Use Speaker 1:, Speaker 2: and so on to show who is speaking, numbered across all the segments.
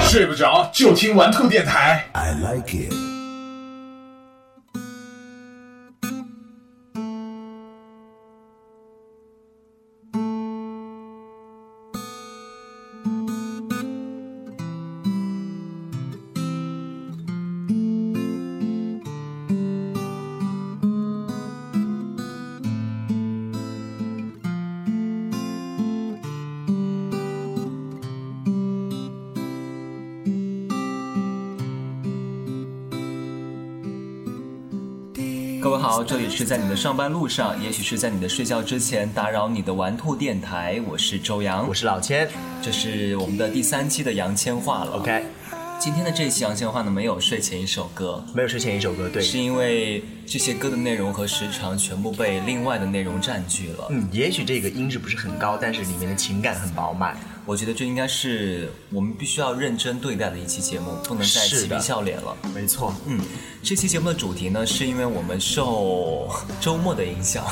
Speaker 1: 睡不着就听玩兔电台。
Speaker 2: I like it.
Speaker 3: 各位好，这里是在你的上班路上，也许是在你的睡觉之前打扰你的玩兔电台，我是周洋
Speaker 4: 我，是老千
Speaker 3: 这是我们的第三期的杨千嬅了。
Speaker 4: ，OK，
Speaker 3: 今天的这期杨千嬅呢没有睡前一首歌，
Speaker 4: 没有睡前一首歌，对，
Speaker 3: 是因为这些歌的内容和时长全部被另外的内容占据了。
Speaker 4: 嗯，也许这个音质不是很高，但是里面的情感很饱满，
Speaker 3: 我觉得这应该是我们必须要认真对待的一期节目，不能再
Speaker 4: 是
Speaker 3: 嬉皮
Speaker 4: 的
Speaker 3: 笑脸了。
Speaker 4: 没错，
Speaker 3: 嗯，这期节目的主题呢，是因为我们受周末的影响，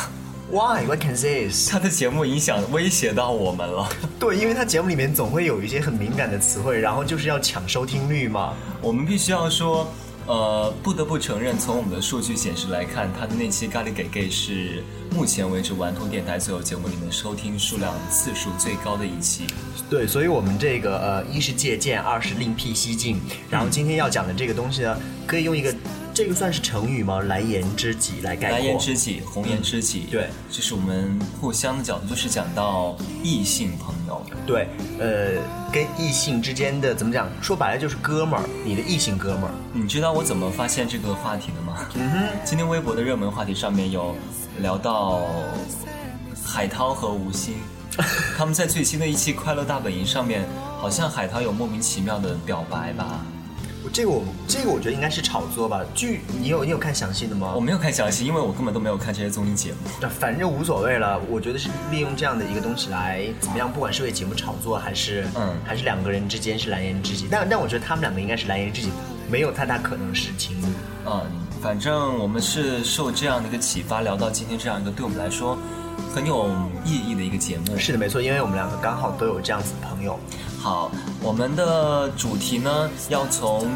Speaker 4: Why? What can this?
Speaker 3: 他的节目影响威胁到我们了。
Speaker 4: 对，因为它节目里面总会有一些很敏感的词汇，然后就是要抢收听率嘛。
Speaker 3: 我们必须要说，呃，不得不承认，从我们的数据显示来看，他的那期《咖喱给 gay》是目前为止顽童电台所有节目里面收听数量次数最高的一期。
Speaker 4: 对，所以我们这个呃，一是借鉴，二是另辟蹊径。然后今天要讲的这个东西呢，可以用一个这个算是成语吗？来言之己来概括。
Speaker 3: 蓝颜知己，红颜知己，
Speaker 4: 对，
Speaker 3: 这是我们互相的角度，就是讲到异性朋友。
Speaker 4: 对，呃，跟异性之间的怎么讲？说白了就是哥们儿，你的异性哥们儿。
Speaker 3: 你知道我怎么发现这个话题的吗？今天微博的热门话题上面有聊到海涛和吴昕，他们在最新的一期《快乐大本营》上面，好像海涛有莫名其妙的表白吧？
Speaker 4: 这个我这个我觉得应该是炒作吧。据你有你有看详细的吗？
Speaker 3: 我没有看详细，因为我根本都没有看这些综艺节目。
Speaker 4: 对反正无所谓了。我觉得是利用这样的一个东西来怎么样，不管是为节目炒作，还是
Speaker 3: 嗯
Speaker 4: 还是两个人之间是蓝颜知己。但但我觉得他们两个应该是蓝颜知己，没有太大可能是情侣。
Speaker 3: 嗯，反正我们是受这样的一个启发，聊到今天这样一个对我们来说很有意义的一个节目。
Speaker 4: 是的，没错，因为我们两个刚好都有这样子的朋友。
Speaker 3: 好，我们的主题呢要从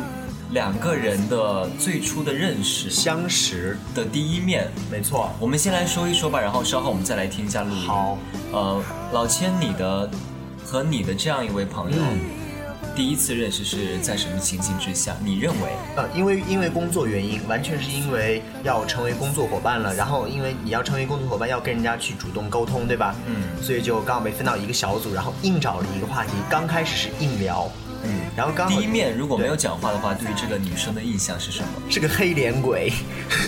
Speaker 3: 两个人的最初的认识
Speaker 4: 相识，
Speaker 3: 的第一面。
Speaker 4: 没错，
Speaker 3: 我们先来说一说吧，然后稍后我们再来听一下录音。
Speaker 4: 好，
Speaker 3: 呃，老千，你的和你的这样一位朋友，
Speaker 4: 嗯
Speaker 3: 第一次认识是在什么情形之下？你认为？
Speaker 4: 呃，因为因为工作原因，完全是因为要成为工作伙伴了，然后因为你要成为工作伙伴，要跟人家去主动沟通，对吧？
Speaker 3: 嗯
Speaker 4: 所以就刚好被分到一个小组，然后硬找了一个话题，刚开始是硬聊，
Speaker 3: 嗯，
Speaker 4: 然后刚
Speaker 3: 第
Speaker 4: 好
Speaker 3: 一面如果没有讲话的话，对于这个女生的印象是什么？
Speaker 4: 是个黑脸鬼，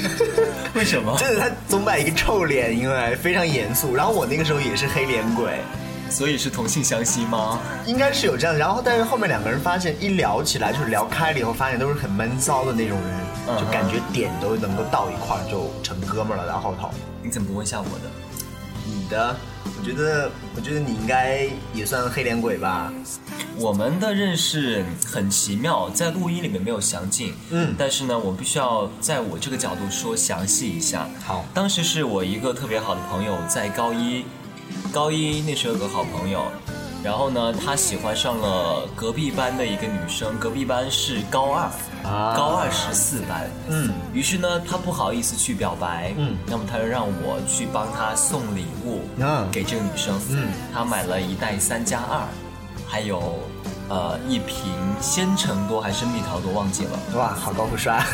Speaker 3: 为什么？
Speaker 4: 真的他总摆一个臭脸，因为非常严肃。然后我那个时候也是黑脸鬼，
Speaker 3: 所以是同性相吸吗？
Speaker 4: 应该是有这样。然后但是后面两个人发现一聊起来，就是聊开了以后，发现都是很闷骚的那种
Speaker 3: 嗯
Speaker 4: 人，
Speaker 3: 哼
Speaker 4: 就感觉点都能够到一块儿，就成哥们儿了。然后头，
Speaker 3: 你怎么不问一下我的？
Speaker 4: 你的，我觉得，我觉得你应该也算黑脸鬼吧？
Speaker 3: 我们的认识很奇妙，在录音里面没有详尽，
Speaker 4: 嗯
Speaker 3: 但是呢，我必须要在我这个角度说详细一下。
Speaker 4: 好
Speaker 3: 当时是我一个特别好的朋友，在高一，高一那时候有个好朋友，然后呢，他喜欢上了隔壁班的一个女生，隔壁班是高二，
Speaker 4: 啊
Speaker 3: 高二十四班，
Speaker 4: 嗯，
Speaker 3: 于是呢，他不好意思去表白，
Speaker 4: 嗯
Speaker 3: 那么他就让我去帮他送礼物，
Speaker 4: 嗯
Speaker 3: 给这个女生，
Speaker 4: 嗯，
Speaker 3: 他买了一袋三加二，还有呃一瓶鲜橙多还是蜜桃多忘记了，
Speaker 4: 哇，好高富帅！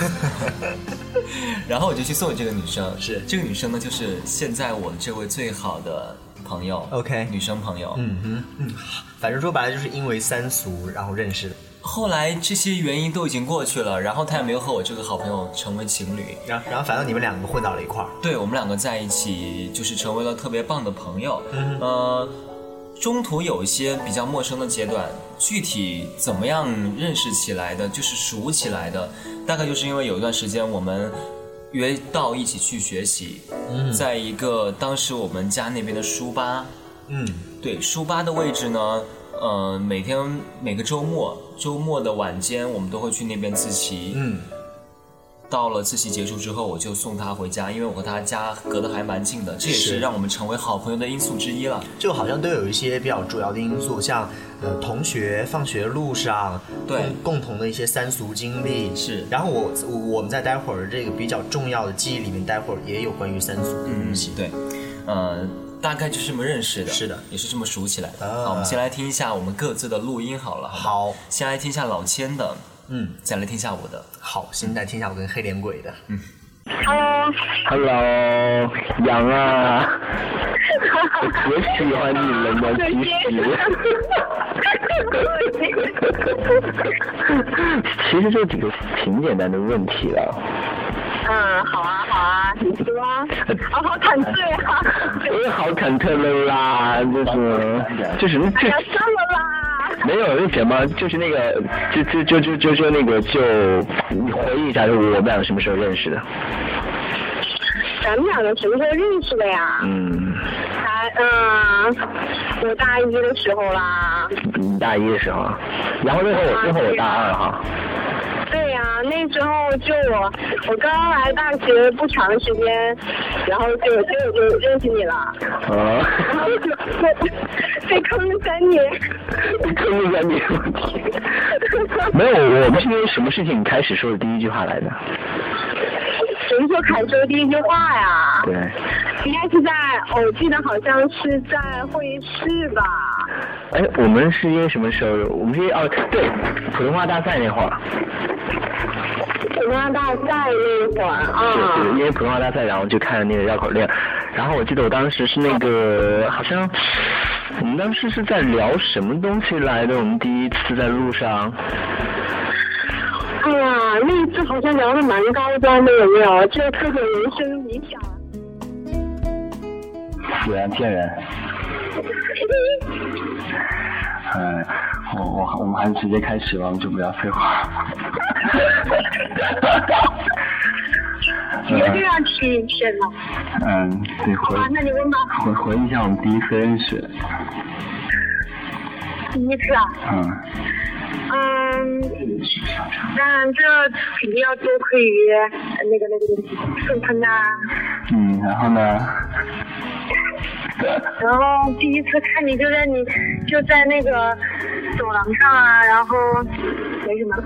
Speaker 3: 然后我就去送给这个女生，
Speaker 4: 是
Speaker 3: 这个女生呢，就是现在我这位最好的朋友
Speaker 4: OK
Speaker 3: 女生朋友，
Speaker 4: 嗯哼，嗯，反正说白了就是因为三俗然后认识的。
Speaker 3: 后来这些原因都已经过去了，然后她也没有和我这个好朋友成为情侣，
Speaker 4: 然后，然后反正你们两个混到了一块儿。
Speaker 3: 对我们两个在一起，就是成为了特别棒的朋友。
Speaker 4: 嗯
Speaker 3: 呃，中途有一些比较陌生的阶段，具体怎么样认识起来的，就是熟起来的，大概就是因为有一段时间我们约到一起去学习，在一个当时我们家那边的书吧，
Speaker 4: 嗯，
Speaker 3: 对，书吧的位置呢，呃，每天每个周末，周末的晚间我们都会去那边自习。
Speaker 4: 嗯，
Speaker 3: 到了自习结束之后，我就送他回家，因为我和他家隔得还蛮近的，这也
Speaker 4: 是
Speaker 3: 是让我们成为好朋友的因素之一了。
Speaker 4: 就好像都有一些比较主要的因素，像呃同学放学路上，
Speaker 3: 对
Speaker 4: 共共同的一些三俗经历
Speaker 3: 是
Speaker 4: 然后我我我们在待会儿这个比较重要的记忆里面，待会儿也有关于三俗的东西。
Speaker 3: 对，呃，大概就是这么认识的，
Speaker 4: 是的
Speaker 3: 也是这么熟起来的。
Speaker 4: 啊
Speaker 3: 好，我们先来听一下我们各自的录音好了。好吗，
Speaker 4: 好，
Speaker 3: 先来听一下老千的，
Speaker 4: 嗯，
Speaker 3: 再来听一下我的。
Speaker 4: 好，现在听一下我跟黑脸鬼的，
Speaker 2: Hello，
Speaker 5: Hello，杨啊，我喜欢你了 呢，其实， 其实就几个挺简单的问题了。
Speaker 2: 嗯，好啊，好啊，你说，哦，好忐忑呀、
Speaker 5: 我也呃哎好忐忑的啦，就是就是那
Speaker 2: 哎呀，
Speaker 5: 这
Speaker 2: 算了啦，
Speaker 5: 没有那什么，就是那个就就就就就就那个就你回忆一下，就我们俩什么时候认识的？
Speaker 2: 咱们两个什么时候认识的呀？
Speaker 5: 嗯，
Speaker 2: 才，嗯，我大一的时候啦。啊
Speaker 5: 你大一的时候啊，然后那会儿我那会儿我大二哈。
Speaker 2: 对呀、那时候就我，我刚来大学不长时间，然后就就就认识你了，
Speaker 5: 啊，
Speaker 2: 然后就被坑了三年。
Speaker 5: 坑了三年，没有，我们是因为什么事情开始说的第一句话来的？
Speaker 2: 谁说凯州第一句话呀？
Speaker 5: 对，
Speaker 2: 应该是在，我记得好像是在会议室吧。
Speaker 5: 哎，我们是因为什么时候？我们是因为哦，对，普通话大赛那会儿，
Speaker 2: 普通话大赛那会儿
Speaker 5: 对对，
Speaker 2: 啊，
Speaker 5: 因为普通话大赛，然后就看那个绕口令，然后我记得我当时是那个好像。我们当时是在聊什么东西来的？我们第一次在路上，
Speaker 2: 哎呀，那一次好像聊的蛮高端的，有没有？就各种人生理想。
Speaker 5: 果然骗人。嗯，我我我们还是直接开始吧，我们就不要废话。
Speaker 2: 你就这样去天呐，
Speaker 5: 嗯，对，回
Speaker 2: 啊，那你问吧，
Speaker 5: 回回忆一下我们第一次认识，
Speaker 2: 第一次啊，
Speaker 5: 嗯，
Speaker 2: 嗯，但这肯定要多亏于呃那个那个顺坤呐、
Speaker 5: 嗯，然后呢，
Speaker 2: 然后第一次看你就在你就在那个走廊上啊，然后没什么。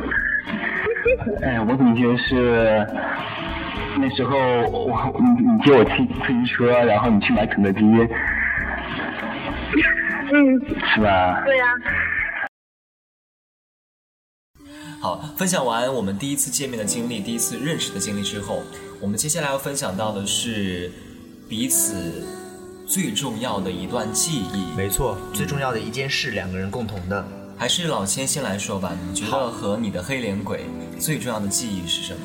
Speaker 5: 哎，我怎么记得是那时候我你你借我自自行车，然后你去买肯德基，
Speaker 2: 嗯，
Speaker 5: 是吧？
Speaker 2: 对呀、
Speaker 3: 好，分享完我们第一次见面的经历、第一次认识的经历之后，我们接下来要分享到的是彼此最重要的一段记忆。
Speaker 4: 没错，最重要的一件事，两个人共同的。
Speaker 3: 还是老千先来说吧，你觉得和你的黑脸鬼最重要的记忆是什么？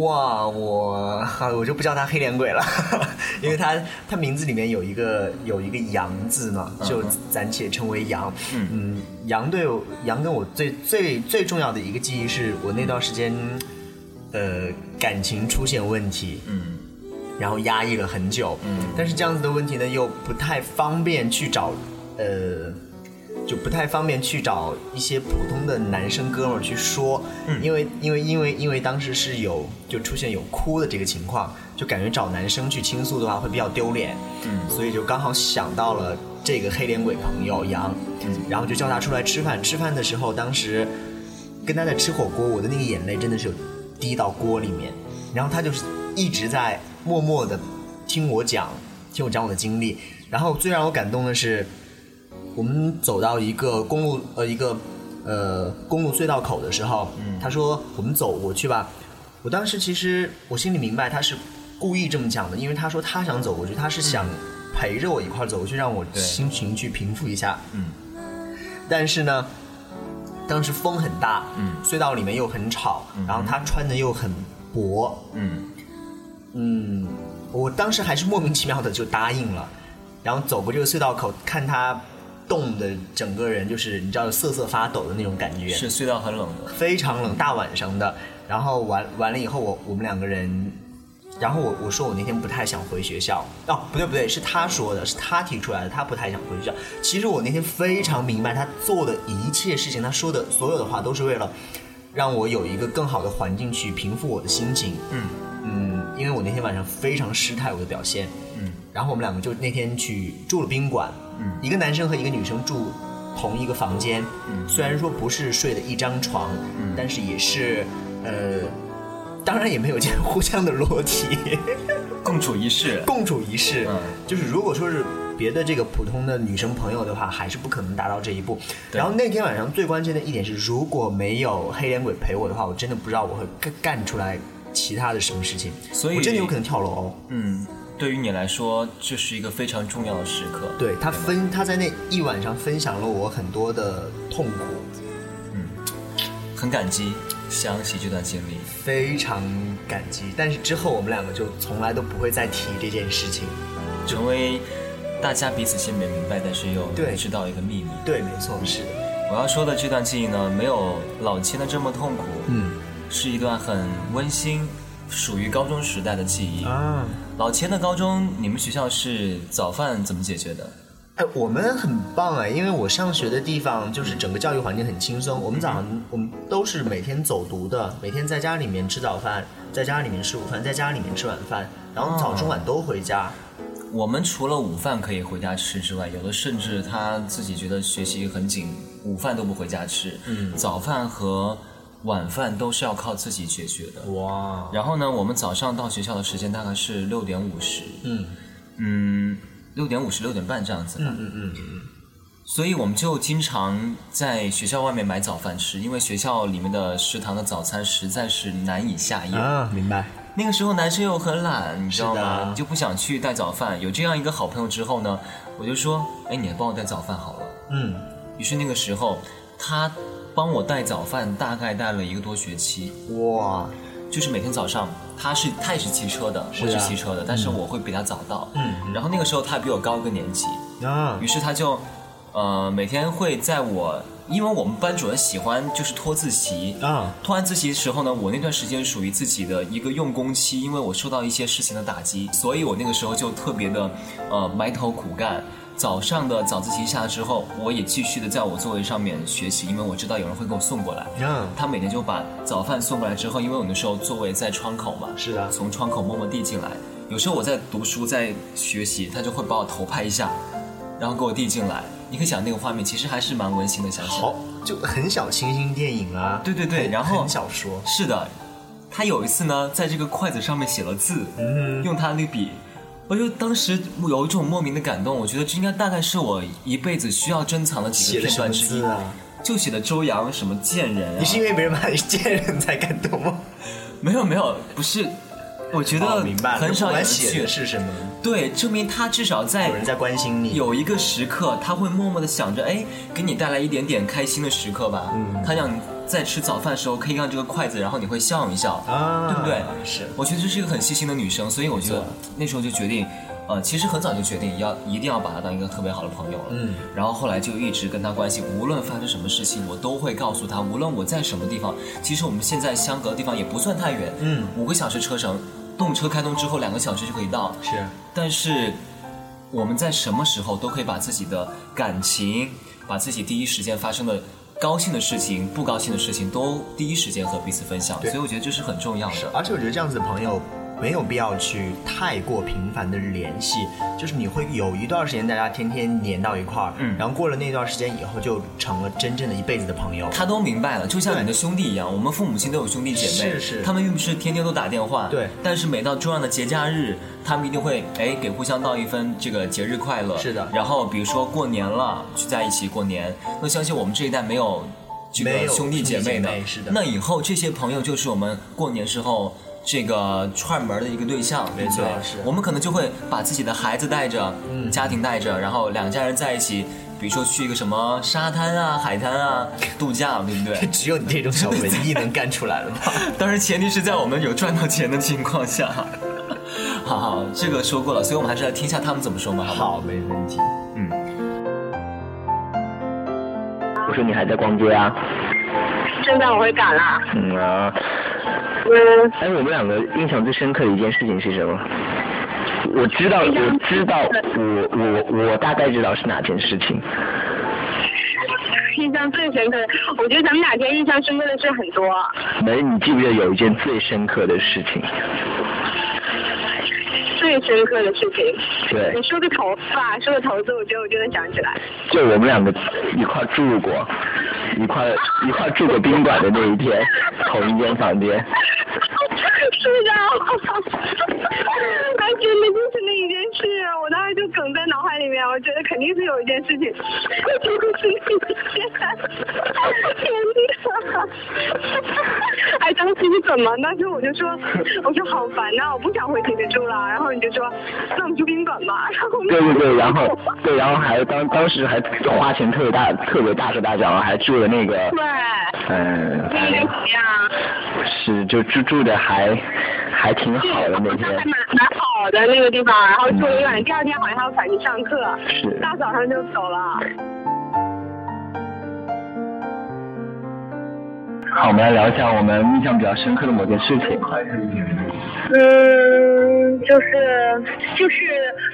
Speaker 4: 哇，我哈我就不叫他黑脸鬼了， 因为他他名字里面有一个有一个杨字嘛，就暂且称为杨。
Speaker 3: 嗯
Speaker 4: 嗯，杨对我杨跟我最最最重要的一个记忆是我那段时间，呃，感情出现问题，
Speaker 3: 嗯，
Speaker 4: 然后压抑了很久。嗯，但是这样子的问题呢，又不太方便去找，呃，就不太方便去找一些普通的男生哥们儿去说，
Speaker 3: 嗯
Speaker 4: 因为因为因为因为当时是有就出现有哭的这个情况，就感觉找男生去倾诉的话会比较丢脸，
Speaker 3: 嗯
Speaker 4: 所以就刚好想到了这个黑脸鬼朋友杨，
Speaker 3: 嗯
Speaker 4: 然后就叫他出来吃饭。吃饭的时候，当时跟他在吃火锅，我的那个眼泪真的是有滴到锅里面。然后他就是一直在默默的听我讲，听我讲我的经历。然后最让我感动的是，我们走到一个公路呃一个呃公路隧道口的时候，
Speaker 3: 嗯
Speaker 4: 他说我们走过去吧。我当时其实我心里明白他是故意这么讲的，因为他说他想走过去，他是想
Speaker 3: 嗯
Speaker 4: 陪着我一块儿走过去，让我
Speaker 3: 对
Speaker 4: 心情去平复一下。
Speaker 3: 嗯，
Speaker 4: 但是呢，当时风很大，
Speaker 3: 嗯
Speaker 4: 隧道里面又很吵，
Speaker 3: 嗯
Speaker 4: 然后他穿的又很薄，
Speaker 3: 嗯
Speaker 4: 嗯，我当时还是莫名其妙的就答应了，然后走过这个隧道口，看他冻的整个人就是你知道瑟瑟发抖的那种感觉，
Speaker 3: 是隧道很冷的，
Speaker 4: 非常冷，大晚上的。然后完完了以后我，我们两个人，然后我我说我那天不太想回学校，哦，不对不对，是他说的，是他提出来的，他不太想回学校。其实我那天非常明白，他做的一切事情，他说的所有的话都是为了让我有一个更好的环境去平复我的心情。嗯嗯，因为我那天晚上非常失态我的表现。嗯，然后我们两个就那天去住了宾馆。嗯，一个男生和一个女生住同一个房间。嗯，虽然说不是睡的一张床，嗯、但是也是呃，当然也没有这样互相的裸体。
Speaker 3: 共处一室，
Speaker 4: 共处一室，
Speaker 3: 嗯
Speaker 4: 就是如果说是别的这个普通的女生朋友的话，还是不可能达到这一步。
Speaker 3: 对
Speaker 4: 然后那天晚上最关键的一点是，如果没有黑脸鬼陪我的话，我真的不知道我会干干出来其他的什么事情，
Speaker 3: 所以
Speaker 4: 我真的有可能跳楼。
Speaker 3: 嗯，对于你来说，这是一个非常重要的时刻。
Speaker 4: 对他分他在那一晚上分享了我很多的痛苦，
Speaker 3: 嗯很感激，想起这段经历。
Speaker 4: 非常感激。但是之后我们两个就从来都不会再提这件事情。
Speaker 3: 成为大家彼此心里面明白，但是又
Speaker 4: 对
Speaker 3: 知道一个秘密。
Speaker 4: 对，没错，是的，
Speaker 3: 我要说的这段记忆呢，没有老千的这么痛苦，
Speaker 4: 嗯
Speaker 3: 是一段很温馨，属于高中时代的记忆。
Speaker 4: 啊。
Speaker 3: 老千的高中，你们学校是早饭怎么解决的？
Speaker 4: 哎，我们很棒哎，因为我上学的地方就是整个教育环境很轻松。我们早
Speaker 3: 嗯
Speaker 4: 上我们都是每天走读的，每天在家里面吃早饭，在家里面吃午饭，在家里面吃晚饭，然后早中
Speaker 3: 哦
Speaker 4: 晚都回家。
Speaker 3: 我们除了午饭可以回家吃之外，有的甚至他自己觉得学习很紧，午饭都不回家吃，嗯，早饭和晚饭都是要靠自己解决的。
Speaker 4: 哇，
Speaker 3: 然后呢，我们早上到学校的时间大概是六点五十，
Speaker 4: 嗯
Speaker 3: 嗯，六点五十六点半这样子吧。
Speaker 4: 嗯嗯嗯，
Speaker 3: 所以我们就经常在学校外面买早饭吃，因为学校里面的食堂的早餐实在是难以下咽。
Speaker 4: 啊，明白。
Speaker 3: 那个时候男生又很懒，你知道
Speaker 4: 是的
Speaker 3: 吗？你就不想去带早饭。有这样一个好朋友之后呢，我就说，哎，你来帮我带早饭好了。
Speaker 4: 嗯，
Speaker 3: 于是那个时候，他帮我带早饭，大概带了一个多学期。
Speaker 4: 哇，
Speaker 3: 就是每天早上，他是他也是骑车的，
Speaker 4: 是啊
Speaker 3: 我是骑车的，但是我会比他早到。
Speaker 4: 嗯
Speaker 3: 然后那个时候他比我高一个年级，
Speaker 4: 啊
Speaker 3: 于是他就，呃，每天会在我，因为我们班主任喜欢就是拖自习。
Speaker 4: 啊，
Speaker 3: 拖完自习的时候呢，我那段时间属于自己的一个用功期，因为我受到一些事情的打击，所以我那个时候就特别的，呃，埋头苦干。早上的早自习下之后，我也继续的在我座位上面学习，因为我知道有人会给我送过来。
Speaker 4: 嗯
Speaker 3: 他每天就把早饭送过来之后，因为我那时候座位在窗口嘛，
Speaker 4: 是啊的
Speaker 3: 从窗口默默递进来。有时候我在读书在学习，他就会把我头拍一下，然后给我递进来。你可以想那个画面，其实还是蛮温馨的，想想。
Speaker 4: 好，就很小清新电影啊。
Speaker 3: 对对对
Speaker 4: 很
Speaker 3: 然后
Speaker 4: 很小说。
Speaker 3: 是的，他有一次呢，在这个筷子上面写了字，
Speaker 4: 嗯
Speaker 3: 用他那笔，呃我就当时有一种莫名的感动，我觉得这应该大概是我一辈子需要珍藏的几
Speaker 4: 写
Speaker 3: 个
Speaker 4: 的
Speaker 3: 片
Speaker 4: 什么
Speaker 3: 段之一
Speaker 4: 字。啊？
Speaker 3: 就写的周扬什么贱人啊，
Speaker 4: 你是因为别人把你 贱人才感动吗？
Speaker 3: 没有没有，不是，我觉
Speaker 4: 哦
Speaker 3: 得
Speaker 4: 明白了，
Speaker 3: 很
Speaker 4: 就
Speaker 3: 少有
Speaker 4: 不管
Speaker 3: 人
Speaker 4: 写
Speaker 3: 去
Speaker 4: 的，是什么。
Speaker 3: 对，证明他至少在
Speaker 4: 有人在关心你。
Speaker 3: 有一个时刻，他会默默的想着，哎，给你带来一点点开心的时刻吧。嗯，他让你在吃早饭的时候可以让这个筷子，然后你会笑一笑，
Speaker 4: 啊
Speaker 3: 对不对？
Speaker 4: 是
Speaker 3: 我觉得这是一个很细心的女生，所以我觉得那时候就决定，呃，其实很早就决定要一定要把她当一个特别好的朋友了。
Speaker 4: 嗯，
Speaker 3: 然后后来就一直跟她关系，无论发生什么事情，我都会告诉她，无论我在什么地方，其实我们现在相隔的地方也不算太远，
Speaker 4: 嗯，
Speaker 3: 五个小时车程，动车开通之后两个小时就可以到。
Speaker 4: 是
Speaker 3: 但是我们在什么时候都可以把自己的感情，把自己第一时间发生的高兴的事情、不高兴的事情，都第一时间和彼此分享。
Speaker 4: 对
Speaker 3: 所以我觉得这是很重要的。
Speaker 4: 而且我觉得这样子的朋友没有必要去太过频繁的联系，就是你会有一段时间大家天天黏到一块儿，
Speaker 3: 嗯
Speaker 4: 然后过了那段时间以后就成了真正的一辈子的朋友。
Speaker 3: 他都明白了，就像你的兄弟一样，我们父母亲都有兄弟姐妹，
Speaker 4: 是是
Speaker 3: 他们并不是天天都打电话，
Speaker 4: 对
Speaker 3: 但是每到重要的节假日，他们一定会哎给互相道一份这个节日快乐，
Speaker 4: 是的
Speaker 3: 然后比如说过年了，聚在一起过年，那相信我们这一代没有这
Speaker 4: 没
Speaker 3: 个
Speaker 4: 有
Speaker 3: 兄弟姐妹的，
Speaker 4: 兄弟姐妹是的
Speaker 3: 那以后这些朋友就是我们过年时候。这个串门的一个对象，
Speaker 4: 没错
Speaker 3: 对不对
Speaker 4: 是
Speaker 3: 我们可能就会把自己的孩子带着，
Speaker 4: 嗯
Speaker 3: 家庭带着，然后两家人在一起，比如说去一个什么沙滩啊、海滩 啊度假，对不对？
Speaker 4: 只有你这种小文艺能干出来了吧？
Speaker 3: 当然，前提是在我们有赚到钱的情况下。 好好，这个说过了，所以我们还是来听一下他们怎么说嘛， 好不好？
Speaker 4: 好，没问题。
Speaker 5: 我说你还在逛街啊？
Speaker 2: 现在我会赶啦。
Speaker 5: 嗯啊。
Speaker 2: 嗯，
Speaker 5: 哎，我们两个印象最深刻的一件事情是什么？我知道，我知道，我我我大概知道是哪件事情。
Speaker 2: 印象最深刻的，我觉得咱们哪天印象深刻的事很多。
Speaker 5: 哎，你记不记得有一件最深刻的事情？
Speaker 2: 最深刻的事情，
Speaker 5: 对
Speaker 2: 你，说个头发，说个头子，我觉得我就能想起来。
Speaker 5: 就我们两个一块住过，一块一块住过宾馆的那一天，同一间房间。
Speaker 2: 是的， 哎，真的就是那一件事，我当时就梗在脑海里面，我觉得肯定是有一件事情，就是那件，天哪！ 哎，当时你怎么？当时我就说，我说好烦呐、我不想回寝室住了。然后你就说，那我们去宾馆吧。然后我们
Speaker 5: 对对对，然后 对，然后还当当时还花钱特别大，特别大手大脚，然后还住了那个，
Speaker 2: 对，
Speaker 5: 嗯，
Speaker 2: 那个怎么样？
Speaker 5: 是就住住的还还挺好的那
Speaker 2: 还
Speaker 5: 天，
Speaker 2: 蛮蛮好的那个地方，然后住了一晚，第二天好像还要赶去上课，
Speaker 5: 是
Speaker 2: 大早上就走了。
Speaker 5: 好，我们来聊一下我们印象比较深刻的某件事情。
Speaker 2: 嗯，就是就是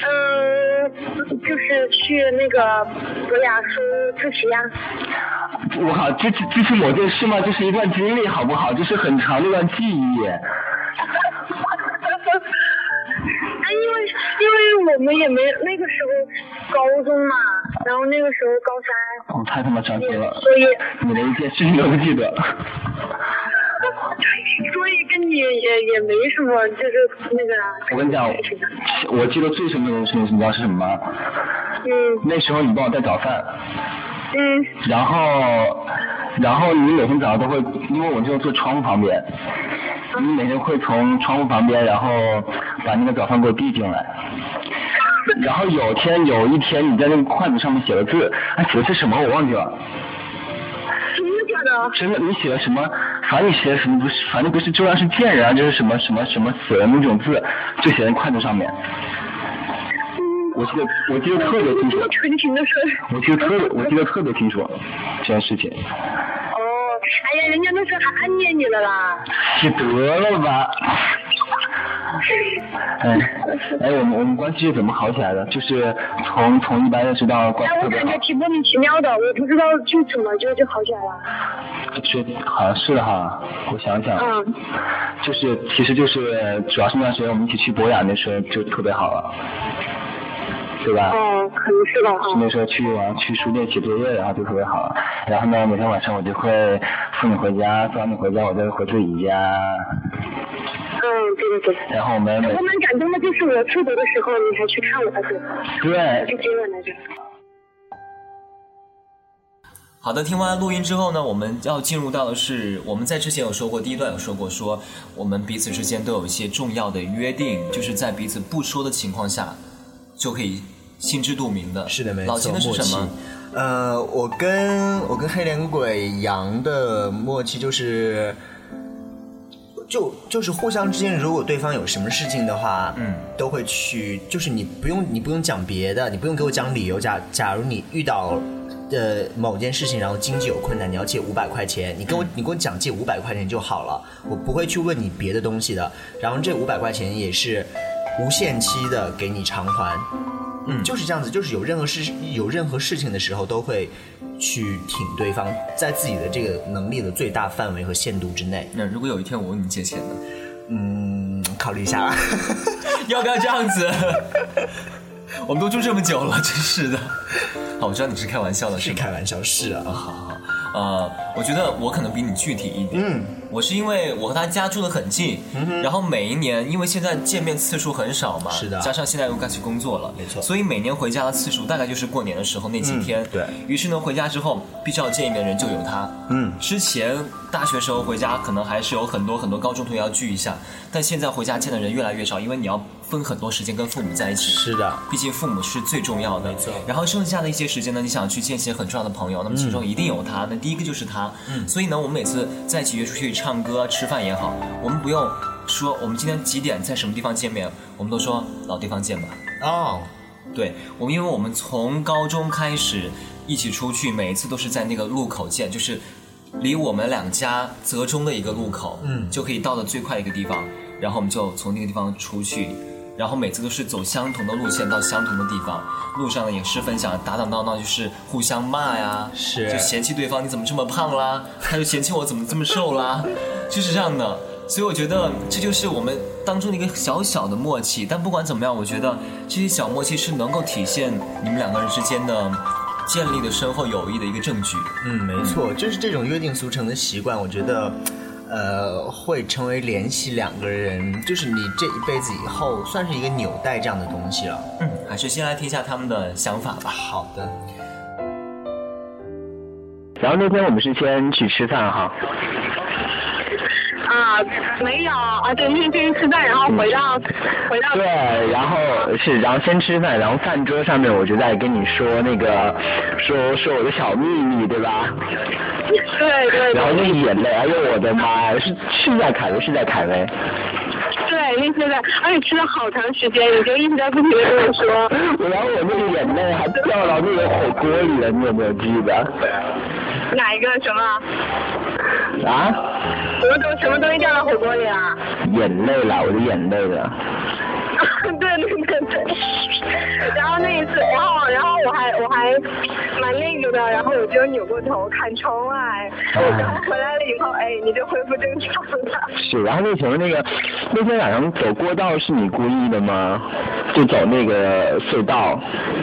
Speaker 2: 嗯，就是去那个博雅书自习啊呀。
Speaker 5: 我靠，这这这是某件事吗？这是一段经历，好不好？这是很长的一段记忆。
Speaker 2: 哎，因为因为我们也没那个时候高中嘛，然后那个时候高三，
Speaker 5: 我太他妈伤心了，
Speaker 2: 所以
Speaker 5: 你连一件事情都不记得。
Speaker 2: 所以跟你也也没什么，就是那个啥。
Speaker 5: 我跟你讲，我记得最深刻的事情，你知道是什么吗？
Speaker 2: 嗯
Speaker 5: 那时候你帮我带早饭，
Speaker 2: 嗯
Speaker 5: 然后，然后你每天早上都会，因为我就坐窗户旁边，你每天会从窗户旁边，然后把那个早饭给我递进来。然后有天有一天你在那个筷子上面写了字，哎，写的是什么我忘记了。
Speaker 2: 真的
Speaker 5: 真的，你写的什么？反正你写的什么不是，反正不是重要是贱人啊，就是什么什么什么死人那种字，就写在筷子上面。我记得我记得特别清楚
Speaker 2: 这，么纯情的事。
Speaker 5: 我记得特别我记得特别清楚这件事情。
Speaker 2: 哦，哎呀，人家那时候还暗恋你了啦。
Speaker 5: 是得了吧。哎，哎，我们我们关系是怎么好起来的？就是从从一般认识到关
Speaker 2: 哎，我
Speaker 5: 系特别
Speaker 2: 感
Speaker 5: 好
Speaker 2: 觉，挺莫名其妙的，我不知道就怎么就就好起来
Speaker 5: 啊
Speaker 2: 了。
Speaker 5: 是好像是的哈。我想想，
Speaker 2: 嗯，
Speaker 5: 就是其实就是主要是那段时间我们一起去博雅那时候就特别好了，对吧？
Speaker 2: 哦，可能是吧啊。
Speaker 5: 那时候去晚上去书店写作业，然后就特别好。然后呢，每天晚上我就会送你回家，送完你回家，我再回自己家。
Speaker 2: 嗯，对对对。
Speaker 5: 然后我们每
Speaker 2: 我蛮感动的，就是我出国的时候你还去看我的歌，
Speaker 5: 对
Speaker 2: 就今晚来着。
Speaker 3: 好的，听完录音之后呢，我们要进入到的是我们在之前有说过，第一段有说过说，我们彼此之间都有一些重要的约定，就是在彼此不说的情况下，就可以心知肚明的。
Speaker 4: 是的，没错，
Speaker 3: 老秦的是
Speaker 4: 默
Speaker 3: 什
Speaker 4: 契
Speaker 3: 么？
Speaker 4: 呃，我跟我跟黑脸鬼羊的默契就是，就就是互相之间，如果对方有什么事情的话，嗯，都会去，就是你不用你不用讲别的，你不用给我讲理由。假假如你遇到呃某件事情，然后经济有困难，你要借五百块钱，你跟我、你跟我讲借五百块钱就好了，我不会去问你别的东西的。然后这五百块钱也是无限期的给你偿还。就是这样子，就是有任何事有任何事情的时候，都会去挺对方，在自己的这个能力的最大范围和限度之内。
Speaker 3: 那如果有一天我问你借钱呢？
Speaker 4: 嗯，考虑一下吧。
Speaker 3: 要不要这样子？ 我们都住这么久了，真是的。好，我知道你是开玩笑的， 是
Speaker 4: 是
Speaker 3: 吗？
Speaker 4: 开玩笑，是啊，
Speaker 3: 好好，呃，我觉得我可能比你具体一点。嗯，我是因为我和他家住的很近，
Speaker 4: 嗯
Speaker 3: 然后每一年因为现在见面次数很少嘛，
Speaker 4: 是的
Speaker 3: 加上现在又开始工作了，
Speaker 4: 没错嗯
Speaker 3: 所以每年回家的次数大概就是过年的时候那几天。
Speaker 4: 对
Speaker 3: 于是呢，回家之后必须要见一面的人就有他。
Speaker 4: 嗯
Speaker 3: 之前大学时候回家可能还是有很多很多高中同学要聚一下，但现在回家见的人越来越少，因为你要分很多时间跟父母在一起。
Speaker 4: 是的，
Speaker 3: 毕竟父母是最重要的。
Speaker 4: 错嗯
Speaker 3: 然后剩下的一些时间呢，你想去见一些很重要的朋友，那么其中一定有他。那第一个就是他。所以呢，我们每次在一起约出去唱歌、吃饭也好，我们不用说我们今天几点在什么地方见面，我们都说老地方见吧。
Speaker 4: 哦，
Speaker 3: 对我们，因为我们从高中开始一起出去，每一次都是在那个路口见，就是离我们两家折中的一个路口，嗯，就可以到的最快一个地方，然后我们就从那个地方出去，然后每次都是走相同的路线到相同的地方，路上呢也是分享打打闹闹，就是互相骂呀，
Speaker 4: 是
Speaker 3: 就嫌弃对方你怎么这么胖啦，他就嫌弃我怎么这么瘦啦， 就是这样的。所以我觉得这就是我们当中的一个小小的默契，但不管怎么样，我觉得这些小默契是能够体现你们两个人之间的建立的深厚友谊的一个证据。
Speaker 4: 嗯，没错，就是这种约定俗成的习惯，我觉得，呃，会成为联系两个人，就是你这一辈子以后算是一个纽带这样的东西了。
Speaker 3: 嗯，还是先来听一下他们的想法吧。
Speaker 4: 好的，
Speaker 5: 然后那天我们是先去吃饭哈，
Speaker 2: 啊，没有啊，对，那天吃饭，然后回到回到
Speaker 5: 嗯对，然后是，然后先吃饭，然后饭桌上面我就在跟你说那个，说说我的小秘密，对吧？
Speaker 2: 对对
Speaker 5: 然后
Speaker 2: 对
Speaker 5: 那个眼泪，哎呦我的妈呀，是是在凯威，是在凯威。
Speaker 2: 对，那天在，而且吃了好长时间，你就一直在不停的跟我说，
Speaker 5: 然后我那个眼泪还掉到那个火锅里了，你有没有记得？
Speaker 2: 哪一个什么
Speaker 5: 啊？
Speaker 2: 什么东什么东西掉到火锅里啊？
Speaker 5: 眼泪了，我的眼泪了。
Speaker 2: 对对对对。然后那一次，然后然后我还我还蛮那个的，然后我就扭过头看窗外，然后回来了以后，哎，你就恢复正常了。
Speaker 5: 是，然后那什么那个，那天晚上走过道是你故意的吗？就走那个隧道。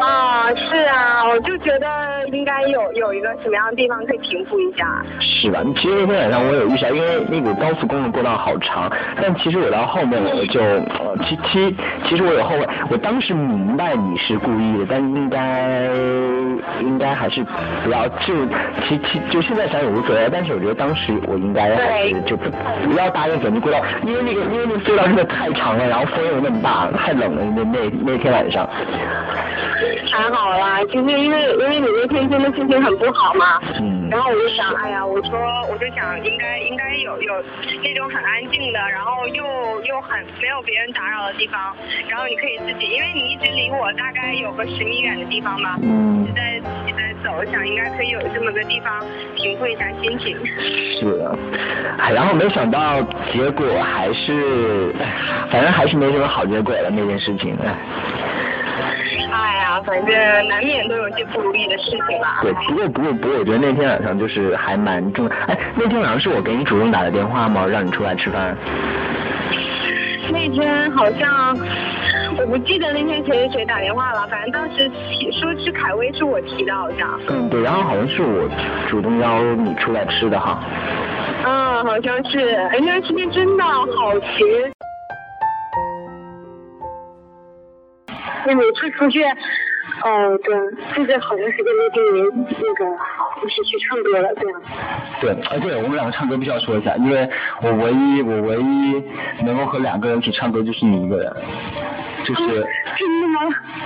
Speaker 2: 啊，是啊，我就觉得应该有有一个什么样的地方可以平复一下。
Speaker 5: 是吧？其实那天晚上我有遇上，因为那个高速公路过道好长，但其实我到后面我就，呃其其其实我有后悔，我当时明白你是故意的，但应该应该还是不要，就其其就现在想也无所谓，但是我觉得当时我应该还是
Speaker 2: 对
Speaker 5: 就不不要搭那走进过道，因为那个因为那个隧道真的太长了，然后风又那么大，太冷了那那那天晚上。
Speaker 2: 还好啦，其实因为因为你那天真的心情很不好嘛，
Speaker 5: 嗯
Speaker 2: 然后我就想，哎呀，我说我就想应该应该有有那种很安静的，然后又又很没有别人打扰的地方，然后你可以自己，因为你一直离我大概有个十米远的地方嘛，
Speaker 5: 嗯
Speaker 2: 一直在一直在走，我想应该可以有这么个地方平复一下心情。
Speaker 5: 是啊，哎然后没想到结果还是，哎反正还是没什么好结果了那件事情。哎，
Speaker 2: 哎呀，反正难免都有些不如意的事情吧。
Speaker 5: 对，不过不过不过，我觉得那天晚上就是还蛮重。哎，那天晚上是我给你主动打的电话吗？让你出来吃饭？
Speaker 2: 那天好像我不记得那天谁谁谁打电话了，反正当时提说是凯威是我提的，好像，
Speaker 5: 嗯，对，然后好像是我主动邀你出来吃的哈。
Speaker 2: 嗯，好像是，哎，那段时间真的好奇。那每次出去，哦，对，就是好长时间没跟您那个就是去唱歌了，对啊。
Speaker 5: 对，哎，对，我们两个唱歌必须要说一下，因为我唯一我唯一能够和两个人一起唱歌就是你一个人，就是
Speaker 2: 真的吗？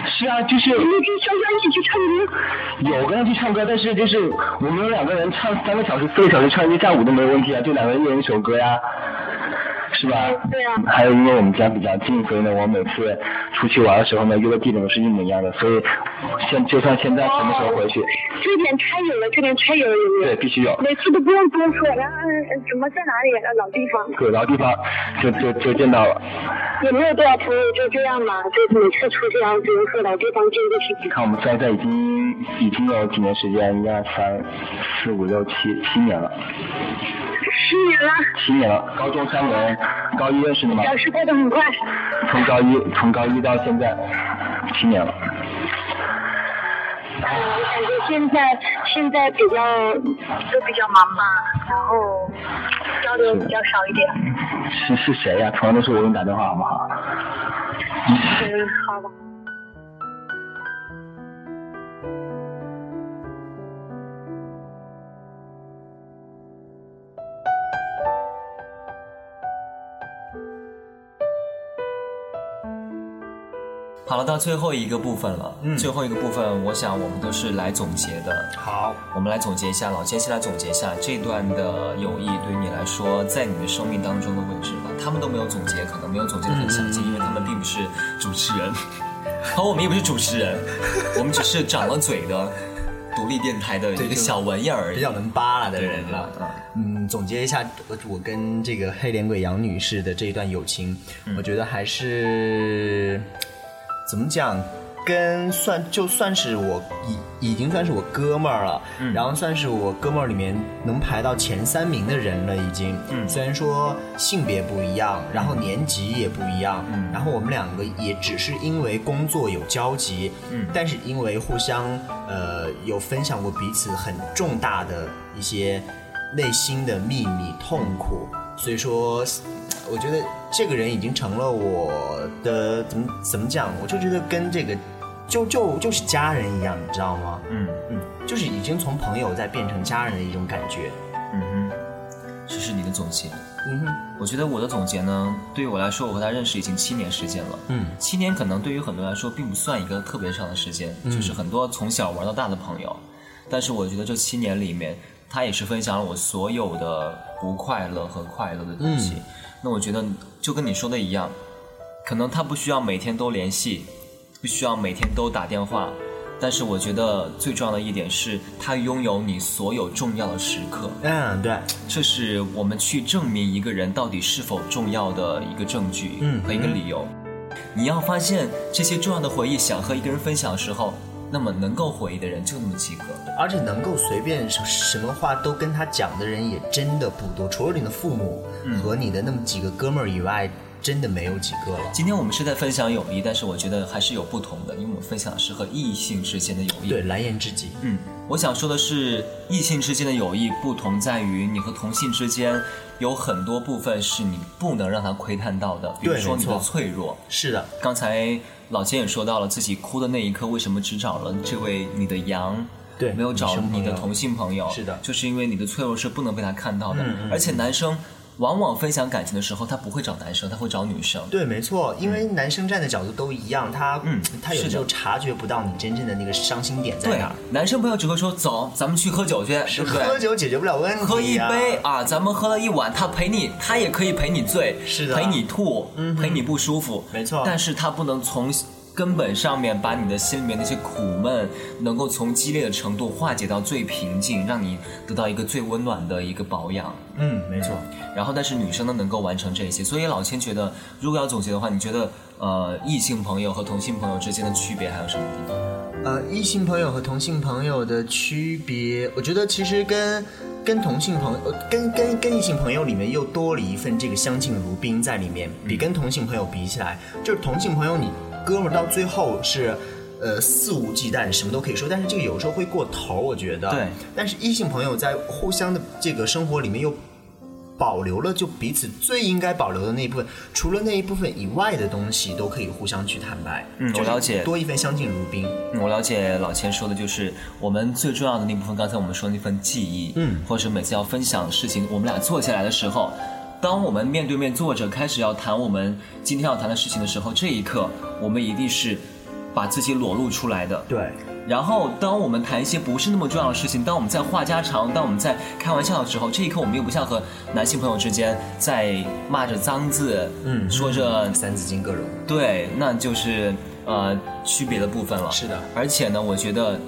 Speaker 5: 是啊，就是
Speaker 2: 你们可以悄悄一起去唱歌。
Speaker 5: 有跟他去唱歌，但是就是我们有两个人唱三个小时、四个小时，唱一个下午都没问题啊，就两个人一人一首歌呀、是吧？
Speaker 2: 对啊
Speaker 5: 还有因为我们家比较近，所以呢，我每次出去玩的时候呢，约的地点都是一模一样的，所以现就算现在什么时候回去，
Speaker 2: 这哦点太有了，这点太有了，有没有
Speaker 5: 对，必须有。
Speaker 2: 每次都不用多说，然后嗯，什么在哪里，老地方，
Speaker 5: 对，然后地方就就就见到了。
Speaker 2: 也没有多少朋友，就这样吧，就每次出去然后只能说老地方这个事
Speaker 5: 你
Speaker 2: 情。
Speaker 5: 看我们现在已经已经有几年时间，一二三四五六七七年了，
Speaker 2: 十年了，
Speaker 5: 七年了。高中三年，高一认识的吗？
Speaker 2: 表示过得很快。
Speaker 5: 从高一从高一到现在七年了。
Speaker 2: 嗯，我感觉现在现在比较都嗯比较嗯忙吧，然后交流比较少一点。
Speaker 5: 是是谁呀、同样都是我给你打电话好不好？
Speaker 2: 嗯，好吧。
Speaker 3: 好了，到最后一个部分了。最后一个部分，我想我们都是来总结的。
Speaker 4: 好，
Speaker 3: 我们来总结一下，老千先来总结一下这段的友谊对于你来说，在你的生命当中的位置吧。他们都没有总结，可能没有总结的很详细，因为他们并不是 主持人，而我们也不是主持人，我们只是长了嘴的独立电台的
Speaker 4: 对
Speaker 3: 一个
Speaker 4: 就是
Speaker 3: 小玩意儿而已。
Speaker 4: 比较能扒拉的
Speaker 3: 对对
Speaker 4: 人
Speaker 3: 对
Speaker 4: 了。
Speaker 3: 嗯
Speaker 4: 嗯，总结一下我我跟这个黑脸鬼杨女士的这一段友情，
Speaker 3: 嗯
Speaker 4: 我觉得还是怎么讲，跟算就算是我已已经算是我哥们儿了，
Speaker 3: 嗯
Speaker 4: 然后算是我哥们儿里面能排到前三名的人了，已经。
Speaker 3: 嗯
Speaker 4: 虽然说性别不一样，然后年级也不一样，
Speaker 3: 嗯
Speaker 4: 然后我们两个也只是因为工作有交集，
Speaker 3: 嗯
Speaker 4: 但是因为互相呃有分享过彼此很重大的一些内心的秘密、痛苦，所以说，我觉得这个人已经成了我的怎么怎么讲，我就觉得跟这个就就就是家人一样，你知道吗？
Speaker 3: 嗯
Speaker 4: 嗯，就是已经从朋友再变成家人的一种感觉。
Speaker 3: 嗯哼，这是你的总结。
Speaker 4: 嗯哼
Speaker 3: 我觉得我的总结呢，对于我来说，我和他认识已经七年时间了。
Speaker 4: 嗯
Speaker 3: 七年可能对于很多人来说并不算一个特别长的时间，就是很多从小玩到大的朋友。但是我觉得这七年里面，他也是分享了我所有的不快乐和快乐的东西。那我觉得就跟你说的一样，可能他不需要每天都联系，不需要每天都打电话，但是我觉得最重要的一点是，他拥有你所有重要的时刻。
Speaker 4: 嗯，对，
Speaker 3: 这是我们去证明一个人到底是否重要的一个证据
Speaker 4: 嗯
Speaker 3: 和一个理由。你要发现这些重要的回忆，想和一个人分享的时候，那么能够回忆的人就那么几个。
Speaker 4: 而且能够随便什什么话都跟他讲的人也真的不多，除了你的父母和你的那么几个哥们儿以外，真的没有几个了。
Speaker 3: 今天我们是在分享友谊，但是我觉得还是有不同的，因为我们分享的是和异性之间的友谊。
Speaker 4: 对，蓝颜知己。
Speaker 3: 嗯，我想说的是，异性之间的友谊不同在于你和同性之间有很多部分是你不能让他窥探到的，比如
Speaker 4: 对
Speaker 3: 说
Speaker 4: 没
Speaker 3: 你
Speaker 4: 错
Speaker 3: 的脆弱。
Speaker 4: 是的，
Speaker 3: 刚才老千也说到了自己哭的那一刻，为什么只找了这位你的羊？
Speaker 4: 对
Speaker 3: 没有找
Speaker 4: 女生朋
Speaker 3: 你
Speaker 4: 友
Speaker 3: 的同性朋友，
Speaker 4: 是的
Speaker 3: 就是因为你的脆弱是不能被他看到的，
Speaker 4: 嗯嗯
Speaker 3: 而且男生往往分享感情的时候，他不会找男生，他会找女生。
Speaker 4: 对，没错，因为男生站的角度都一样，他、
Speaker 3: 嗯
Speaker 4: 他有
Speaker 3: 是的
Speaker 4: 时候察觉不到你真正的那个伤心点在
Speaker 3: 对
Speaker 4: 哪儿，，
Speaker 3: 男生朋友只会说走，咱们去喝酒去，
Speaker 4: 是
Speaker 3: 对不对？
Speaker 4: 喝酒解决不了问题、啊，
Speaker 3: 喝一杯啊，咱们喝了一碗，他陪你，他也可以陪你醉，
Speaker 4: 是的
Speaker 3: 陪你吐，
Speaker 4: 嗯哼
Speaker 3: 陪你不舒服，
Speaker 4: 没错
Speaker 3: 但是他不能从根本上面把你的心里面那些苦闷，能够从激烈的程度化解到最平静，让你得到一个最温暖的一个保养。
Speaker 4: 嗯，没错，
Speaker 3: 然后，但是女生呢能够完成这一些，所以老千觉得，如果要总结的话，你觉得呃，异性朋友和同性朋友之间的区别还有什么地方？
Speaker 4: 呃，异性朋友和同性朋友呃的区别，我觉得其实跟跟同性朋友、呃跟跟跟异性朋友里面又多了一份这个相敬如宾在里面，比跟同性朋友比起来，就是同性朋友你哥们儿到最后是。呃，肆无忌惮，什么都可以说，但是这个有时候会过头，我觉得。
Speaker 3: 对。
Speaker 4: 但是异性朋友在互相的这个生活里面又保留了就彼此最应该保留的那一部分，除了那一部分以外的东西都可以互相去坦白。
Speaker 3: 嗯
Speaker 4: 就是
Speaker 3: 我了解
Speaker 4: 多一份相敬如宾。
Speaker 3: 嗯我了解老千说的就是我们最重要的那部分，刚才我们说的那份记忆，
Speaker 4: 嗯
Speaker 3: 或者是每次要分享事情，我们俩坐下来的时候，当我们面对面坐着开始要谈我们今天要谈的事情的时候，这一刻我们一定是把自己裸露出来的。
Speaker 4: 对。
Speaker 3: 然后，当我们谈一些不是那么重要的事情，当我们在话家常，当我们在开玩笑的时候，这一刻我们又不像和男性朋友之间在骂着脏字，
Speaker 4: 嗯
Speaker 3: 说着
Speaker 4: 《三字经》各种。
Speaker 3: 对，那就是呃区别的部分了。
Speaker 4: 是的
Speaker 3: 而且呢，我觉得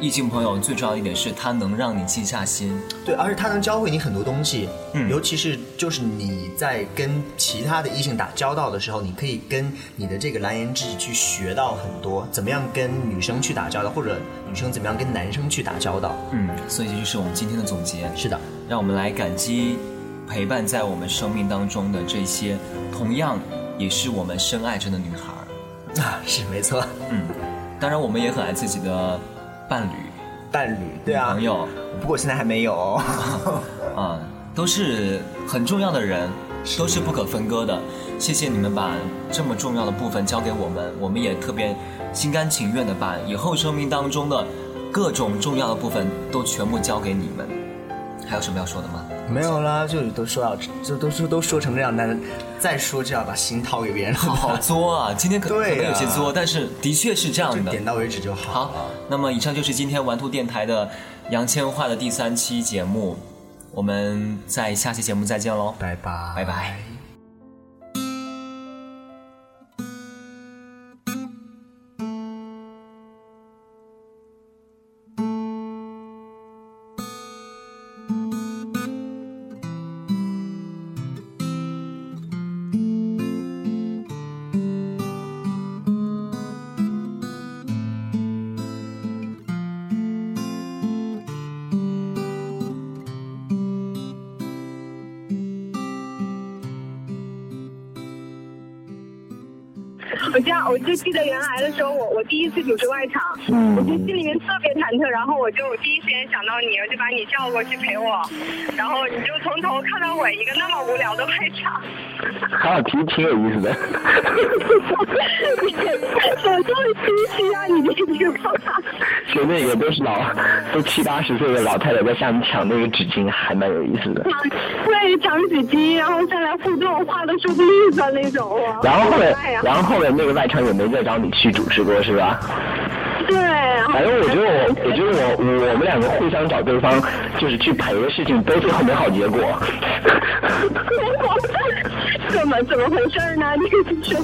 Speaker 3: 异性朋友最重要一点是，他能让你静下心。
Speaker 4: 对，而且它能教会你很多东西，
Speaker 3: 嗯
Speaker 4: 尤其是就是你在跟其他的异性打交道的时候，你可以跟你的这个蓝颜知己去学到很多，怎么样跟女生去打交道，或者女生怎么样跟男生去打交道。
Speaker 3: 嗯，所以这就是我们今天的总结。
Speaker 4: 是的，
Speaker 3: 让我们来感激陪伴在我们生命当中的这些，同样也是我们深爱着的女孩儿。
Speaker 4: 啊，是没错，
Speaker 3: 嗯，当然我们也很爱自己的伴侣、
Speaker 4: 伴侣对啊
Speaker 3: 朋，友
Speaker 4: 不过现在还没有哦。
Speaker 3: 啊、都是很重要的人，都是不可分割的。谢谢你们把这么重要的部分交给我们，我们也特别心甘情愿的把以后生命当中的各种重要的部分都全部交给你们。还有什么要说的 吗？
Speaker 4: 没有啦，就都说到，就都说都说成这样，但是再说就要把心掏给别人了，
Speaker 3: 好作啊！今天可可
Speaker 4: 对啊
Speaker 3: 能有些作，但是的确是这样
Speaker 4: 就
Speaker 3: 的。
Speaker 4: 点到为止就好
Speaker 3: 好
Speaker 4: 了。，
Speaker 3: 那么以上就是今天玩兔电台的杨千嬅的第三期节目，我们在下期节目再见喽，
Speaker 4: 拜拜，
Speaker 3: 拜拜。
Speaker 2: 我这样，我就记得原来的时候，我我第一次主持外场，我就心里面特别忐忑，然后我就第一时间想到你，我就把你叫过去陪我，然后你就从头看到尾一个那么无聊的外场，
Speaker 5: 还好挺挺有意思的。
Speaker 2: 我这么清晰啊，你这句话，
Speaker 5: 就那个都是老，都七八十岁的老太太在下面抢那个纸巾，还蛮有意思的。
Speaker 2: 对，长纸巾，然后再来互动，话都说不利索那种，我
Speaker 5: 然后后面
Speaker 2: 好爱，呀
Speaker 5: 然后后面那个外场也没再找你去主持过，是吧？
Speaker 2: 对，然后
Speaker 5: 反正我觉得我，我觉得我我我们两个互相找对方，就是去陪的事情，都最后没好结果。
Speaker 2: 怎么怎么回事儿呢？这个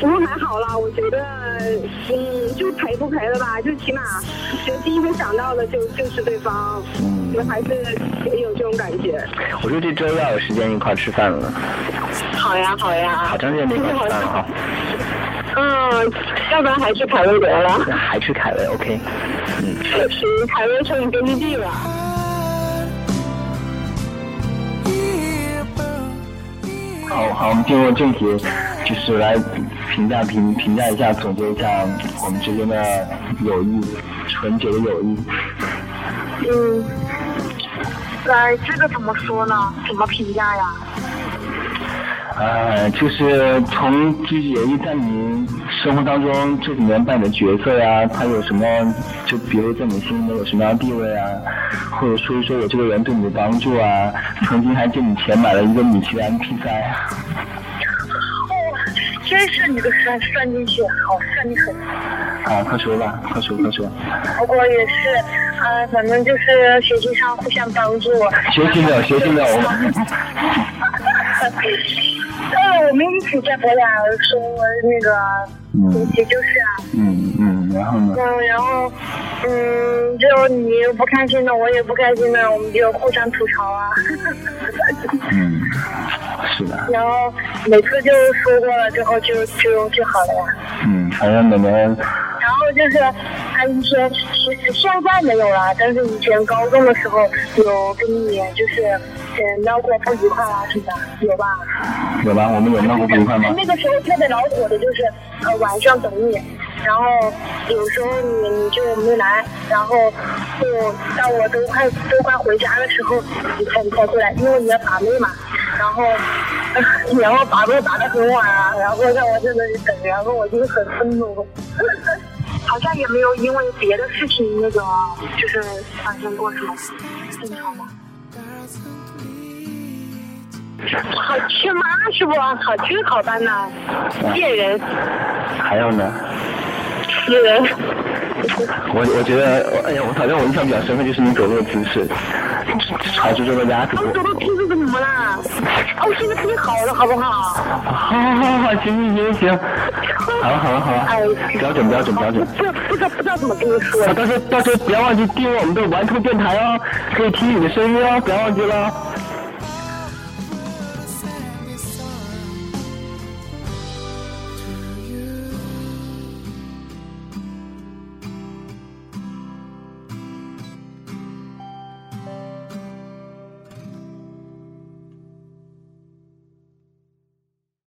Speaker 2: 不过还好啦，我觉得，嗯，就赔不赔了吧，就起码谁第一个想到的就就是对方，我还是有这种哎感觉。
Speaker 5: 我说这周要有时间一块儿吃饭了，
Speaker 2: 好呀，嗯好呀
Speaker 5: 好，长时间没一块儿吃饭了哈。
Speaker 2: 嗯，要不然还是凯威得了，
Speaker 5: 那还去凯威，OK。
Speaker 2: 属于凯威胜根据地吧。
Speaker 5: 好好，我们进入正题，就是来评价评评价一下，总结一下我们之间的友谊，纯洁的友谊。
Speaker 2: 嗯，哎，这个怎么说呢？怎么评价呀？
Speaker 5: 呃，就是从就是友谊在你生活当中这几年扮演的角色呀，他有什么就比如在你心里面有什么样的地位啊，或者说一说有这个人对你的帮助啊，曾经还借你钱买了一个米其林 MP 三啊。
Speaker 2: 真是你个算算进去，好算你很。
Speaker 5: 啊，快说吧，快说，快说。
Speaker 2: 不过也是，呃，咱们就是学习上互相帮助。
Speaker 5: 学习没有，学习没有，我
Speaker 2: 呃，我们一起在博览说那个同学就是啊，
Speaker 5: 嗯嗯，然后呢？
Speaker 2: 嗯，然后嗯，就你不开心的，我也不开心的，我们就互相吐槽啊。
Speaker 5: 嗯，是的。
Speaker 2: 然后每次就说过了之后就就就好了呀。
Speaker 5: 嗯，反正每年，
Speaker 2: 然后就是他以前现现在没有了，但是以前高中的时候有跟你就是嗯闹过不愉快啊什么的，有吧？
Speaker 5: 有吧？我们有闹过不愉快吗？
Speaker 2: 那个时候特别恼火的就是，呃，晚上等你，然后有时候你你就没来，然后就到我都快都快回家的时候，你才你才过来，因为你要把妹嘛，然后。然后把妹打得很晚啊，然后让我在那里等，然后我就很愤怒。好像也没有因为别的事情那个就是发生过什么争吵吗？好吃吗，师傅？好吃好办呐，骗人
Speaker 5: 还有呢？
Speaker 2: 死人！
Speaker 5: 我我觉得，哎呀，我反正我印象比较深刻就是你走路的姿势，传说中的鸭子
Speaker 2: 我
Speaker 5: 步。
Speaker 2: 走路姿势怎么啦？哦，现在特别好了，好不好？
Speaker 5: 好好好， 行行行行，好了好了好了，标准标准标准。
Speaker 2: 这不知道不知道怎么跟你说
Speaker 5: 啊，。到时候到时候不要忘记订阅我们的玩兔电台哦，可以听你的声音哦，不要忘记了。